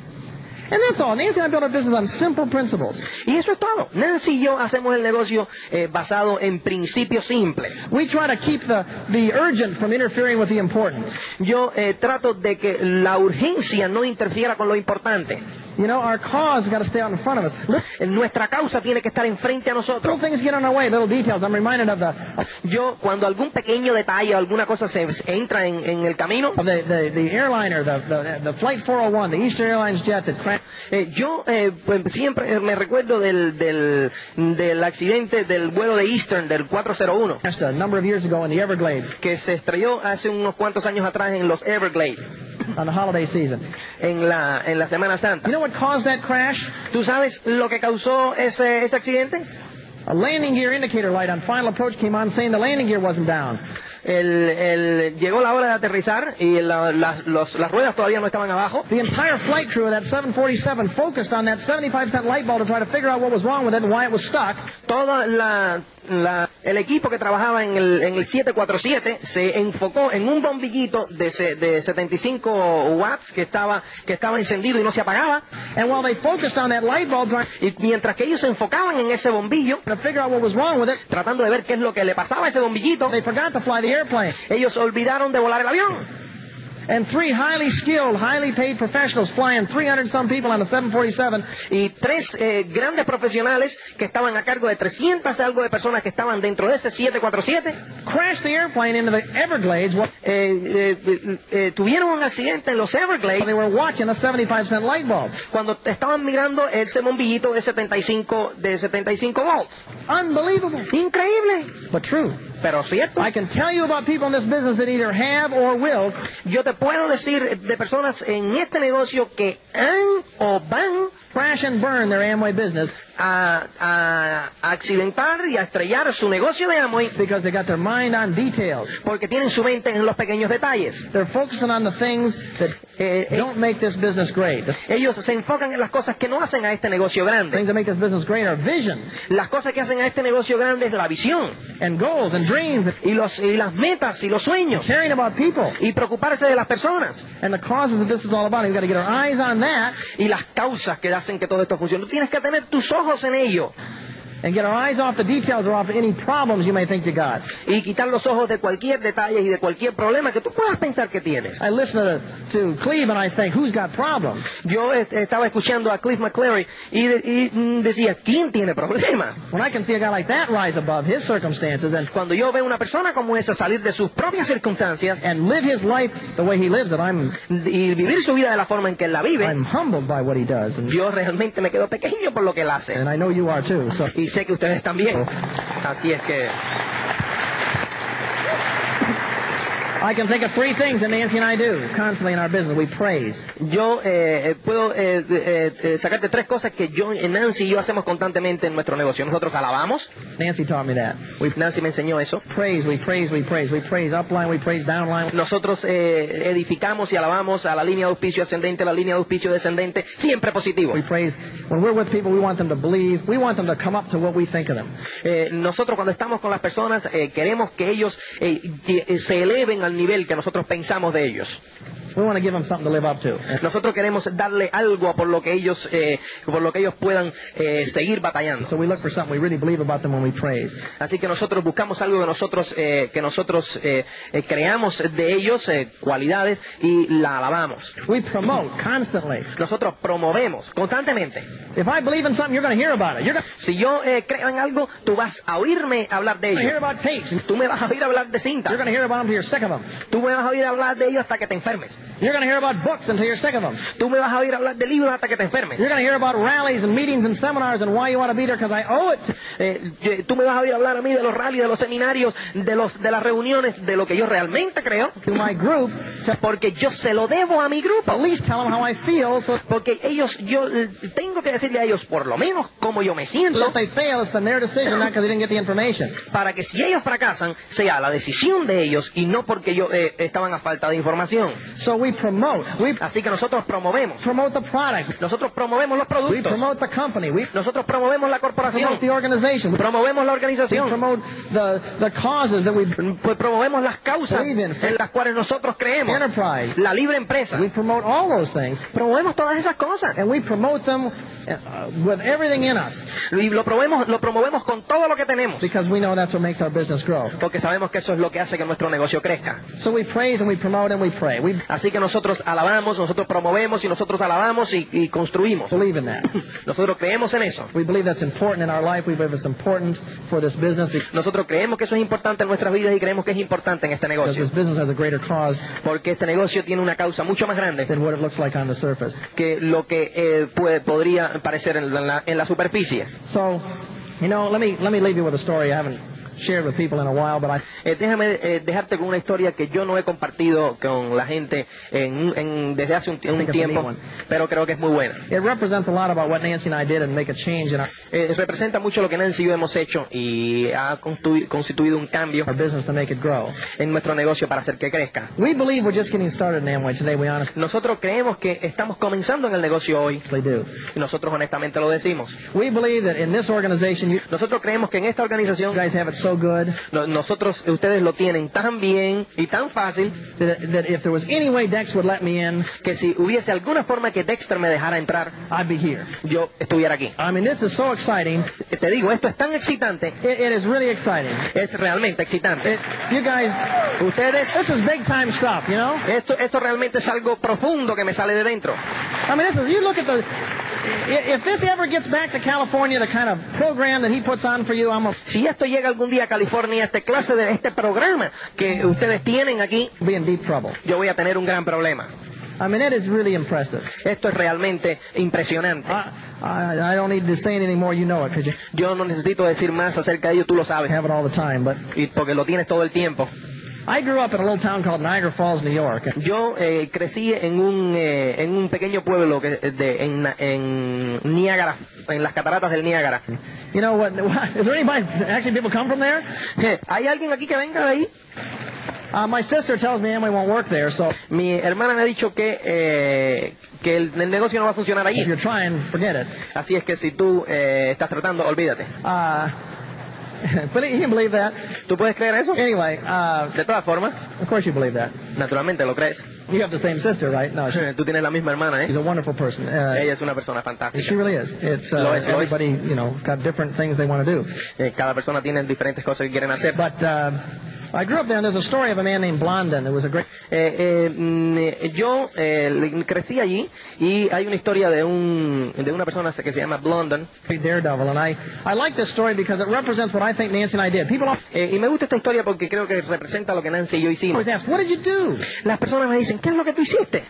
S1: And that's all. Nancy and I built our business on simple principles.
S2: Y eso es todo. Nancy y yo hacemos el negocio eh, basado en principios simples.
S1: We try to keep the, the urgent from interfering with the important.
S2: Yo eh, trato de que la urgencia no interfiera con lo importante.
S1: You know, our cause has got to stay out in front of us. Little-
S2: Eh, Nuestra causa tiene que estar enfrente a nosotros.
S1: Little things get on our way, little details. I'm reminded of the,
S2: Yo, cuando algún pequeño detalle o alguna cosa se se entra en, en el camino,
S1: of the, the, the airliner, the, the, the Flight 401, the Eastern Airlines jet that crashed.
S2: eh, yo eh, pues, siempre me recuerdo del, del, del accidente del vuelo de Eastern, del 401,
S1: crashed a number of years ago in the Everglades
S2: que se estrelló hace unos cuantos años atrás en los Everglades,
S1: on the holiday season.
S2: en la, en la Semana
S1: You
S2: Santa.
S1: know what caused that crash?
S2: ¿Tú sabes lo que causó ese, ese accidente?
S1: A landing gear indicator light on final approach came on saying the landing gear wasn't down.
S2: El, el- llegó la hora de aterrizar y la- las- los- las ruedas todavía no estaban abajo.
S1: The entire flight crew of that 747 focused on that 75 cent light bulb to try to figure out what was wrong with it and why it was stuck.
S2: Todo la, la- el equipo que trabajaba en el, en el 747 se enfocó en un bombillito de, se- de 75 watts que estaba, que estaba encendido y no se apagaba.
S1: And while they focused on that light bulb trying
S2: Y mientras que ellos se enfocaban en ese bombillo,
S1: to figure out what was wrong with it,
S2: tratando de ver qué es lo que le pasaba a ese bombillito,
S1: they forgot to fly the airplane.
S2: ellos olvidaron de volar el avión.
S1: And three highly skilled, highly paid professionals flying 300 some people on a 747
S2: Y tres eh, grandes profesionales que estaban a cargo de 300 y algo de personas que estaban dentro de ese 747
S1: crashed the airplane into the Everglades while
S2: eh, eh, eh, tuvieron un accidente en los Everglades
S1: they were watching a 75 cent light bulb.
S2: cuando estaban mirando ese bombillito de 75 de 75 volts.
S1: Unbelievable,
S2: Increíble,
S1: but true.
S2: pero cierto.
S1: I can tell you about people in this business that either have or will
S2: Yo te puedo decir de personas en este negocio que han o van
S1: crash and burn their Amway business
S2: a, a- a accidentar y a estrellar su negocio de Amway
S1: because they got their mind on details.
S2: porque tienen su mente en los pequeños detalles.
S1: They're focusing on the things that
S2: Eh, eh,
S1: don't make this business great. The
S2: ellos se enfocan en las cosas que no hacen a este negocio grande.
S1: things that make this business great are vision
S2: Las cosas que hacen a este negocio grande es la visión
S1: and goals and dreams and
S2: y, los, y las metas y los sueños
S1: caring about people
S2: y preocuparse de las personas.
S1: and the causes that this is all about. We've got to get our eyes on that
S2: y las causas que hacen que todo esto funcione. Tú tienes que tener tus ojos en ello.
S1: and get our eyes off the details or off any problems you may think you got.
S2: y quitar los ojos de cualquier detalle y de cualquier problema que tú puedas pensar que tienes.
S1: I listen to, to Cleve and I think, who's got problems?
S2: Yo eh, estaba escuchando a Cliff McClary y, de- y, mm, decía, ¿quién tiene problemas?
S1: When I can see a guy like that rise above his circumstances and,
S2: Cuando yo veo una persona como esa salir de sus propias circunstancias
S1: and live his life the way he lives it, I'm,
S2: y vivir su vida de la forma en que él la vive,
S1: I'm humbled by what he does. And,
S2: yo realmente me quedo pequeño por lo que él hace.
S1: and I know you are too. So
S2: Y sé que ustedes también. Así es que
S1: I can think of three things that Nancy and I do constantly in our business. We praise.
S2: yo eh, eh, puedo eh, eh, eh, sacarte tres cosas que yo, eh, Nancy y yo hacemos constantemente en nuestro negocio. Nosotros alabamos,
S1: Nancy taught me that.
S2: Nancy me enseñó eso.
S1: Praise, we praise, we praise. We praise upline, we praise downline.
S2: Nosotros eh, edificamos y alabamos a la línea de auspicio ascendente, a la línea de auspicio descendente, siempre positivo.
S1: We praise. When we're with people, we want them to believe. We want them to come up to what we think of them.
S2: Eh, nosotros cuando estamos con las personas eh, queremos que ellos eh, que, eh, se eleven al nivel que nosotros pensamos de ellos.
S1: We want to give them something to live up to.
S2: Nosotros queremos darle algo por lo que ellos, eh, por lo que ellos puedan eh, seguir batallando.
S1: So we look for something we really believe about them when we praise.
S2: Así que nosotros buscamos algo que nosotros, eh, que nosotros eh, eh, creamos de ellos, eh, cualidades, y la alabamos.
S1: We promote constantly.
S2: Nosotros promovemos constantemente.
S1: If I believe in something, you're going to hear about it. You're going
S2: Si yo eh, creo en algo, tú vas a oírme hablar de
S1: to hear
S2: ello.
S1: about tapes. You're
S2: Tú me vas a oír hablar de
S1: going
S2: cinta.
S1: to hear about them until you're sick of them.
S2: Tú me vas a oír hablar de ello hasta que te enfermes.
S1: You're going to hear about books until you're sick of them.
S2: Tú me vas a oír hablar de libros hasta que te enfermes.
S1: You're going to hear about rallies and meetings and seminars and why you want to be there because I owe it.
S2: Eh, yo- tú me vas a oír hablar a mí de los rallies, de los seminarios, de, los, de las reuniones, de lo que yo realmente creo.
S1: to my group to
S2: Porque yo se lo debo a mi
S1: at
S2: grupo.
S1: least tell them how I feel so
S2: Porque ellos, yo eh, tengo que decirle a ellos por lo menos cómo yo me
S1: so
S2: siento.
S1: if they fail, it's been their decision, not because they didn't get the information.
S2: Para que si ellos fracasan, sea la decisión de ellos y no porque yo eh, estaban a falta de información.
S1: So we promote. We
S2: Así que nosotros promovemos.
S1: promote the product.
S2: Nosotros promovemos los
S1: We
S2: productos.
S1: promote the company. We
S2: Nosotros promovemos la corporación.
S1: promote the organization. We
S2: Promovemos la
S1: we
S2: organización.
S1: promote the, the causes that we
S2: Pro- Promovemos las causas en las cuales nosotros creemos.
S1: enterprise.
S2: La libre empresa.
S1: We promote all those things.
S2: Promovemos todas esas cosas.
S1: And we promote them uh, with everything in us
S2: Y lo promovemos, lo promovemos con todo lo que tenemos.
S1: because we know that's what makes our business grow.
S2: Porque sabemos que eso es lo que hace que nuestro negocio crezca.
S1: So we praise and we promote and we pray. We
S2: Así que nosotros alabamos, nosotros promovemos y nosotros alabamos y, y construimos.
S1: believe in that.
S2: Nosotros creemos en eso.
S1: We believe that's important in our life. We believe it's important for this business
S2: Nosotros creemos que eso es importante en nuestras vidas y creemos que es importante en este
S1: because this
S2: negocio.
S1: business has a greater cause
S2: Porque este negocio tiene una causa mucho más grande
S1: than what it looks like on the surface.
S2: que lo que eh, puede- podría parecer en la, en la superficie.
S1: So, you know, let me let me leave you with a story I haven't shared with people in a while, but I
S2: Eh, déjame eh, dejarte con una historia que yo no he compartido con la gente en- en- desde hace un, un
S1: Think of a new
S2: tiempo,
S1: one.
S2: pero creo que es muy buena.
S1: it represents a lot about what Nancy and I did and make a change in our,
S2: Eh, representa mucho lo que Nancy y yo hemos hecho y ha constitu- constituido un cambio
S1: our business to make it grow.
S2: en nuestro negocio para hacer que crezca.
S1: We believe we're just getting started in Amway today. We honestly
S2: Nosotros creemos que estamos comenzando en el negocio hoy
S1: do.
S2: y nosotros honestamente lo decimos.
S1: We believe that in this organization, you
S2: Nosotros creemos que en esta organización
S1: guys have it so good
S2: no- nosotros ustedes lo tienen tan bien y tan fácil
S1: that, that if there was any way Dex would let me in,
S2: que si hubiese alguna forma que Dexter me dejara entrar,
S1: I'd be here.
S2: yo estuviera aquí.
S1: I mean, this is so exciting.
S2: Te digo, esto es tan excitante,
S1: It, it is really exciting.
S2: es realmente excitante.
S1: It, you guys,
S2: Ustedes,
S1: this is big time stuff, you know?
S2: esto, esto realmente es algo profundo que me sale de dentro.
S1: I mean, this is, you look at the, i- if this ever gets back to California, the kind of program that he puts on for you, I'm going
S2: Si esto llega algún día a California, este clase de este programa que ustedes tienen aquí,
S1: to be in deep trouble.
S2: yo voy a tener un gran problema.
S1: I mean, it is really impressive.
S2: Esto es realmente impresionante.
S1: I, I, I don't need to say anything more, you know it, because you
S2: Yo no necesito decir más acerca de ello, tú lo sabes, ¿eh?
S1: have it all the time. But
S2: y porque lo tienes todo el tiempo.
S1: I grew up in a little town called Niagara Falls, New York. And
S2: Yo eh, crecí en un, eh, en un pequeño pueblo que, eh, de, en, Na- en Niágara, en las cataratas del Niágara.
S1: you know what, is there anybody, actually people come from there?
S2: ¿Hay alguien aquí que venga de ahí?
S1: Uh, my sister tells me Amway won't work there, so
S2: Mi hermana me ha dicho que, eh, que el, el negocio no va a funcionar
S1: if
S2: allí.
S1: you're trying, forget it.
S2: Así es que si tú eh, estás tratando, olvídate.
S1: Uh, but you can believe that.
S2: ¿Tú puedes creer eso?
S1: Anyway, uh,
S2: De todas formas,
S1: of course you believe that.
S2: naturalmente lo crees.
S1: You have the same sister, right? No, she,
S2: Tú tienes la misma hermana,
S1: she's
S2: ¿eh?
S1: a wonderful person. Uh,
S2: Ella es una persona fantástica.
S1: she really is. It's uh,
S2: Lois, Lois.
S1: everybody, you know, got different things they want to do.
S2: Eh, Cada persona tiene diferentes cosas que quieren hacer.
S1: But uh, I grew up there, and there's a story of a man named Blondin who was a great.
S2: Eh, eh, mm, eh, yo eh, le- crecí allí y hay una historia de un de una persona que se llama Blondon
S1: great Daredevil, and I, I like this story because it represents what I think Nancy and I did. People always
S2: Eh, y me gusta esta historia porque creo que representa lo que Nancy y yo hicimos.
S1: ask, "What did you do?"
S2: Pues, Las personas me dicen, ¿qué es lo que tú hiciste?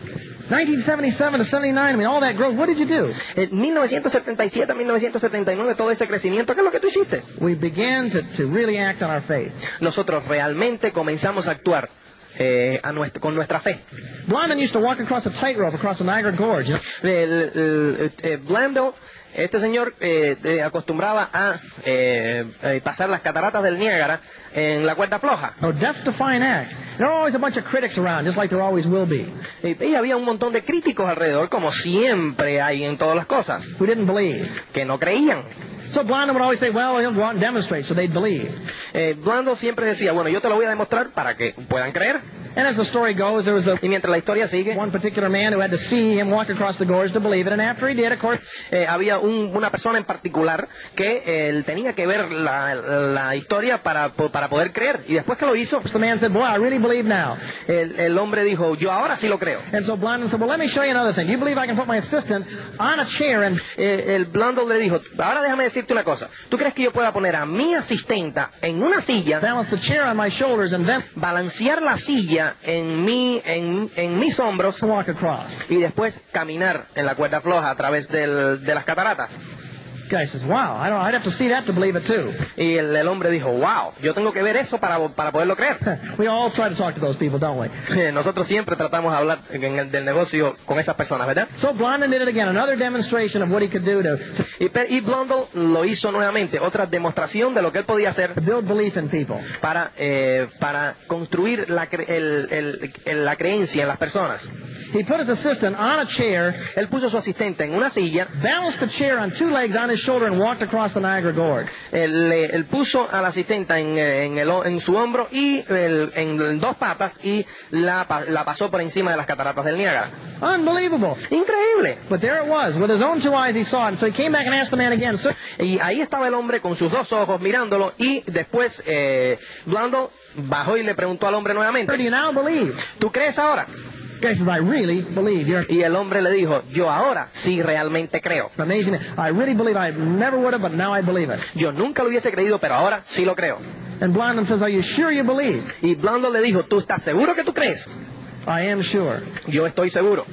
S1: 1977 to 79. I mean, all that growth. What did you do?
S2: En 1977 1979, todo ese crecimiento, ¿qué es lo que tú hiciste?
S1: We began to, to really act on our faith.
S2: Nosotros realmente comenzamos a actuar eh, a nuestro- con nuestra fe.
S1: Blondin used to walk across a tightrope across the Niagara Gorge. You know?
S2: El, el- eh, Blando, este señor eh, eh, acostumbraba a eh, eh, pasar las cataratas del Niágara en la cuerda floja.
S1: Oh, death-defying act. There are always a bunch of critics around, just like there always will be,
S2: Eh, Y había un montón de críticos alrededor, como siempre hay en todas las cosas,
S1: who didn't believe.
S2: que no creían.
S1: So Blondin would always say, "Well, he'll go out and demonstrate," so they'd believe.
S2: Eh, Blando siempre decía, bueno, yo te lo voy a demostrar para que puedan creer.
S1: And as the story goes, there was a
S2: Y mientras la historia sigue,
S1: one particular man who had to see him walk across the gorge to believe it, and after he did, of course,
S2: eh, había un- una persona en particular que eh, él tenía que ver la, la historia para, po- para poder creer. Y después que lo hizo,
S1: the man said, "Boy, I really believe now."
S2: el, el hombre dijo, yo ahora sí lo creo.
S1: And so Blondin said, "Well, let me show you another thing. Do you believe I can put my assistant on a chair and
S2: Eh, el Blando le dijo, ahora déjame decirte una cosa. ¿Tú crees que yo pueda poner a mi asistenta en una silla,
S1: balance the chair on my shoulders and then
S2: balancear la silla en, mi, en, en mis hombros
S1: walk across?"
S2: y después caminar en la cuerda floja a través del- de las cataratas?
S1: The guy says, "Wow, I don't. I'd have to see that to believe it too."
S2: Y el, el hombre dijo, wow, yo tengo que ver eso para, para poderlo creer.
S1: we all try to talk to those people, don't we?
S2: Eh, Nosotros siempre tratamos de hablar en el- del negocio con esas personas, ¿verdad?
S1: So Blondin did it again, another demonstration of what he could do to, to
S2: Y, Pe- y Blondel lo hizo nuevamente, otra demostración de lo que él podía hacer
S1: build belief in people.
S2: para, eh, para construir la, cre- el- el- el- la creencia en las personas.
S1: He put his assistant on a chair,
S2: Él puso a su asistente en una silla,
S1: balanced the chair on two legs on his shoulder, and walked across the Niagara Gorge.
S2: él, le- él puso a la asistenta en, eh, en el o- en su hombro y el- en dos patas y la, pa- la pasó por encima de las cataratas del Niágara.
S1: Unbelievable.
S2: Increíble.
S1: But there it was. With his own two eyes, he saw it. And so he came back and asked the man again, sir,
S2: Y ahí estaba el hombre con sus dos ojos mirándolo y después eh, Blando bajó y le preguntó al hombre
S1: sir, do
S2: nuevamente,
S1: you now believe?
S2: ¿tú crees ahora?
S1: The guy says, I really believe. You're
S2: Y el hombre le dijo, yo ahora sí realmente creo.
S1: amazing. I really believe. I never would have, but now I believe it.
S2: Yo nunca lo hubiese creído, pero ahora sí lo creo.
S1: And Blondin says, Are you sure you believe?
S2: Y Blando le dijo, ¿tú estás seguro que tú crees?
S1: I am sure.
S2: Yo estoy seguro.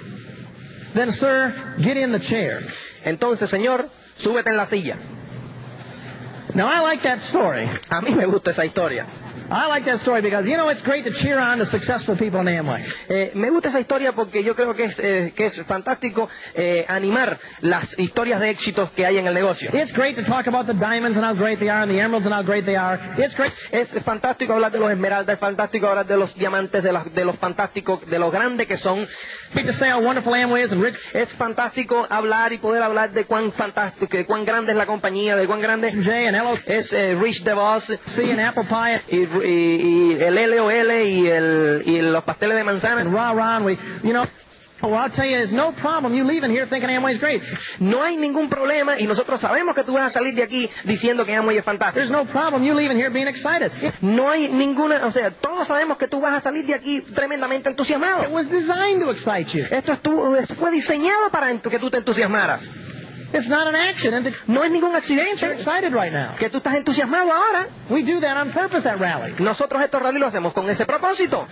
S1: Then, sir, get in the chair.
S2: Entonces, señor, súbete en la silla.
S1: Now, I like that story.
S2: A mí me gusta esa historia.
S1: I like that story because, you know, it's great to cheer on the successful people in Amway.
S2: Eh, me gusta esa historia porque yo creo que es, eh, que es fantástico eh, animar las historias de éxitos que hay en el negocio.
S1: It's great to talk about the diamonds and how great they are and the emeralds and how great they are. It's great.
S2: Es fantástico hablar de los esmeraldas, es fantástico hablar de los diamantes, de, las- de los fantásticos, de lo grandes que son.
S1: great to say how wonderful Amway is and rich
S2: Es fantástico hablar y poder hablar de cuán fantástico, de cuán grande es la compañía, de cuán grande
S1: J and LOC
S2: es eh, Rich DeVos
S1: and apple pie and-
S2: y, y- y el LOL y, el, y los pasteles de
S1: and
S2: manzana.
S1: rah rah. And we, you know, well, I'll tell you, there's no problem you leaving here thinking Amway's great.
S2: No hay ningún problema y nosotros sabemos que tú vas a salir de aquí diciendo que Amway es
S1: There's
S2: fantástico.
S1: no problem you leaving here being excited. It,
S2: No hay ninguna, o sea, todos sabemos que tú vas a salir de aquí tremendamente
S1: it
S2: entusiasmado.
S1: was designed to excite you.
S2: Esto estuvo- fue diseñado para en- que tú te entusiasmaras.
S1: It's not an accident that
S2: No es ningún
S1: you're
S2: accidente
S1: excited right now.
S2: que tú estás entusiasmado ahora.
S1: We do that on purpose at rallies.
S2: Nosotros estos rally lo hacemos con ese propósito.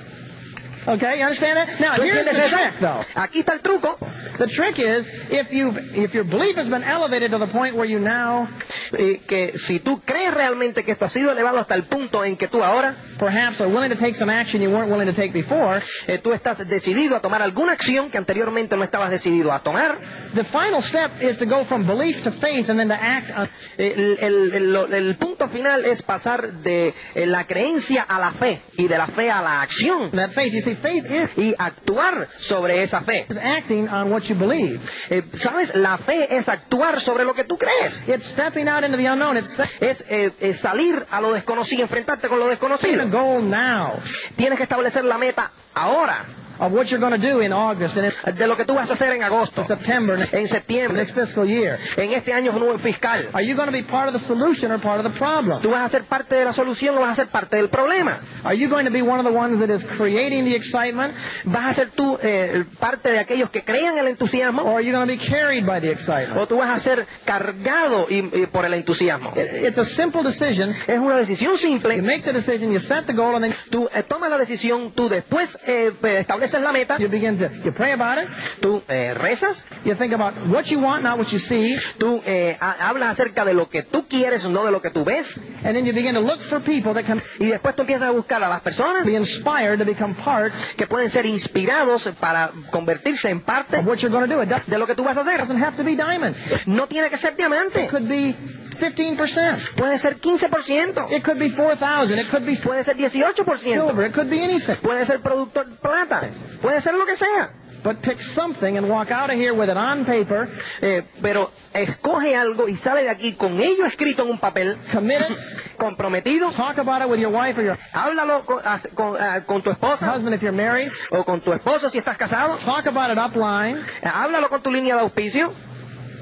S1: Okay, you understand that? Now,
S2: ¿Tú
S1: here's the
S2: entiendes eso?
S1: trick, though.
S2: Aquí está el truco.
S1: The trick is if you if your belief has been elevated to the point where you now
S2: eh, que si tú crees realmente que esto ha sido elevado hasta el punto en que tú ahora
S1: perhaps are willing to take some action you weren't willing to take before,
S2: eh, tú estás decidido a tomar alguna acción que anteriormente no estabas decidido a tomar,
S1: the final step is to go from belief to faith and then to act on.
S2: Eh, el, el- el- lo- el punto final es pasar de eh, la creencia a la fe y de la fe a la acción
S1: That faith, you see, faith is
S2: y actuar sobre esa fe.
S1: acting on what you believe.
S2: Eh, ¿Sabes? La fe es actuar sobre lo que tú crees.
S1: It's stepping out into the unknown. It's set
S2: Es eh, eh, salir a lo desconocido, enfrentarte con lo
S1: a
S2: desconocido.
S1: goal now
S2: Tienes que establecer la meta ahora
S1: of what you're going to do in August and in
S2: de lo que tú vas a hacer en agosto,
S1: September and
S2: en septiembre,
S1: next fiscal year.
S2: en este año nuevo fiscal.
S1: Are you going to be part of the solution or part of the problem?
S2: Tú vas a ser parte de la solución o vas a ser parte del problema.
S1: Are you going to be one of the ones that is creating the excitement
S2: Vas a ser tú eh, parte de aquellos que crean el entusiasmo
S1: or are you going to be carried by the excitement?
S2: o tú vas a ser cargado y- y por el entusiasmo.
S1: It's a simple decision.
S2: Es una decisión
S1: You
S2: simple.
S1: make the decision, you set the goal, and then
S2: Tú eh, tomas la decisión, tú después eh, estableces la meta,
S1: you begin to you pray about it.
S2: tú eh, rezas,
S1: You think about what you want, not what you see,
S2: tú eh, ha- hablas acerca de lo que tú quieres, no de lo que tú ves,
S1: and then you begin to look for people that can
S2: y después tú empiezas a buscar a las personas
S1: be inspired to become part
S2: que pueden ser inspirados para convertirse en parte
S1: of what you're going to do. It doesn't
S2: de lo que tú vas a hacer.
S1: doesn't have to be diamond.
S2: No tiene que ser diamante,
S1: It could be 15%.
S2: puede ser 15%,
S1: It could be 4,000. It could be
S2: puede ser
S1: silver.
S2: 18%,
S1: It could be anything.
S2: puede ser productor plata, puede ser lo que sea.
S1: But pick something and walk out of here with it on paper,
S2: Eh, pero escoge algo y sale de aquí con ello escrito en un papel,
S1: commit it,
S2: comprometido,
S1: talk about it with your wife or your
S2: háblalo con, ah, con, ah, con tu esposa
S1: husband if you're married.
S2: o con tu esposo si estás casado,
S1: Talk about it upline
S2: Eh, háblalo con tu línea de auspicio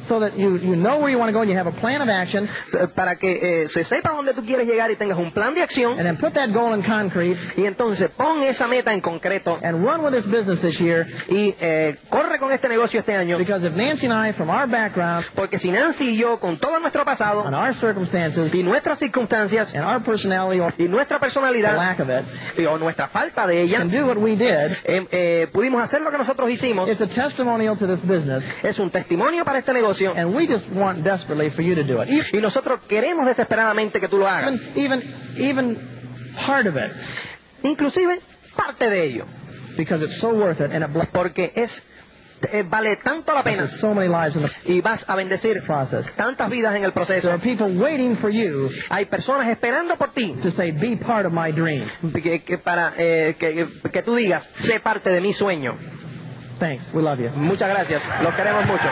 S1: so that you, you know where you want to go and you have a plan of action.
S2: eh, para que eh, se sepa dónde tú quieres llegar y tengas un plan de acción
S1: And then put that goal in concrete
S2: y entonces pon esa meta en concreto
S1: and run with this business this year
S2: y eh, corre con este negocio este año
S1: because if Nancy and I, from our background
S2: porque si Nancy y yo con todo nuestro pasado
S1: and our circumstances
S2: y nuestras circunstancias
S1: and our personality or
S2: y nuestra
S1: the
S2: personalidad
S1: lack of it
S2: y- o nuestra falta de ella
S1: can do what we did,
S2: eh, eh, pudimos hacer lo que nosotros hicimos
S1: it's a testimonial to this business
S2: es un testimonio para este negocio
S1: and we just want desperately for you to do it. Even,
S2: y nosotros queremos desesperadamente que tú lo hagas
S1: even, even part of it
S2: inclusive parte de ello
S1: because it's so worth it and it blesses
S2: porque es eh, vale tanto la pena
S1: so many lives in the
S2: y vas a bendecir
S1: process.
S2: tantas vidas en el
S1: There
S2: proceso.
S1: are people waiting for you
S2: Hay personas esperando por ti
S1: to say, be part of my dream.
S2: que, que para eh, que, que tú digas, sé parte de mi sueño.
S1: Thanks. We love you.
S2: Muchas gracias, los queremos mucho.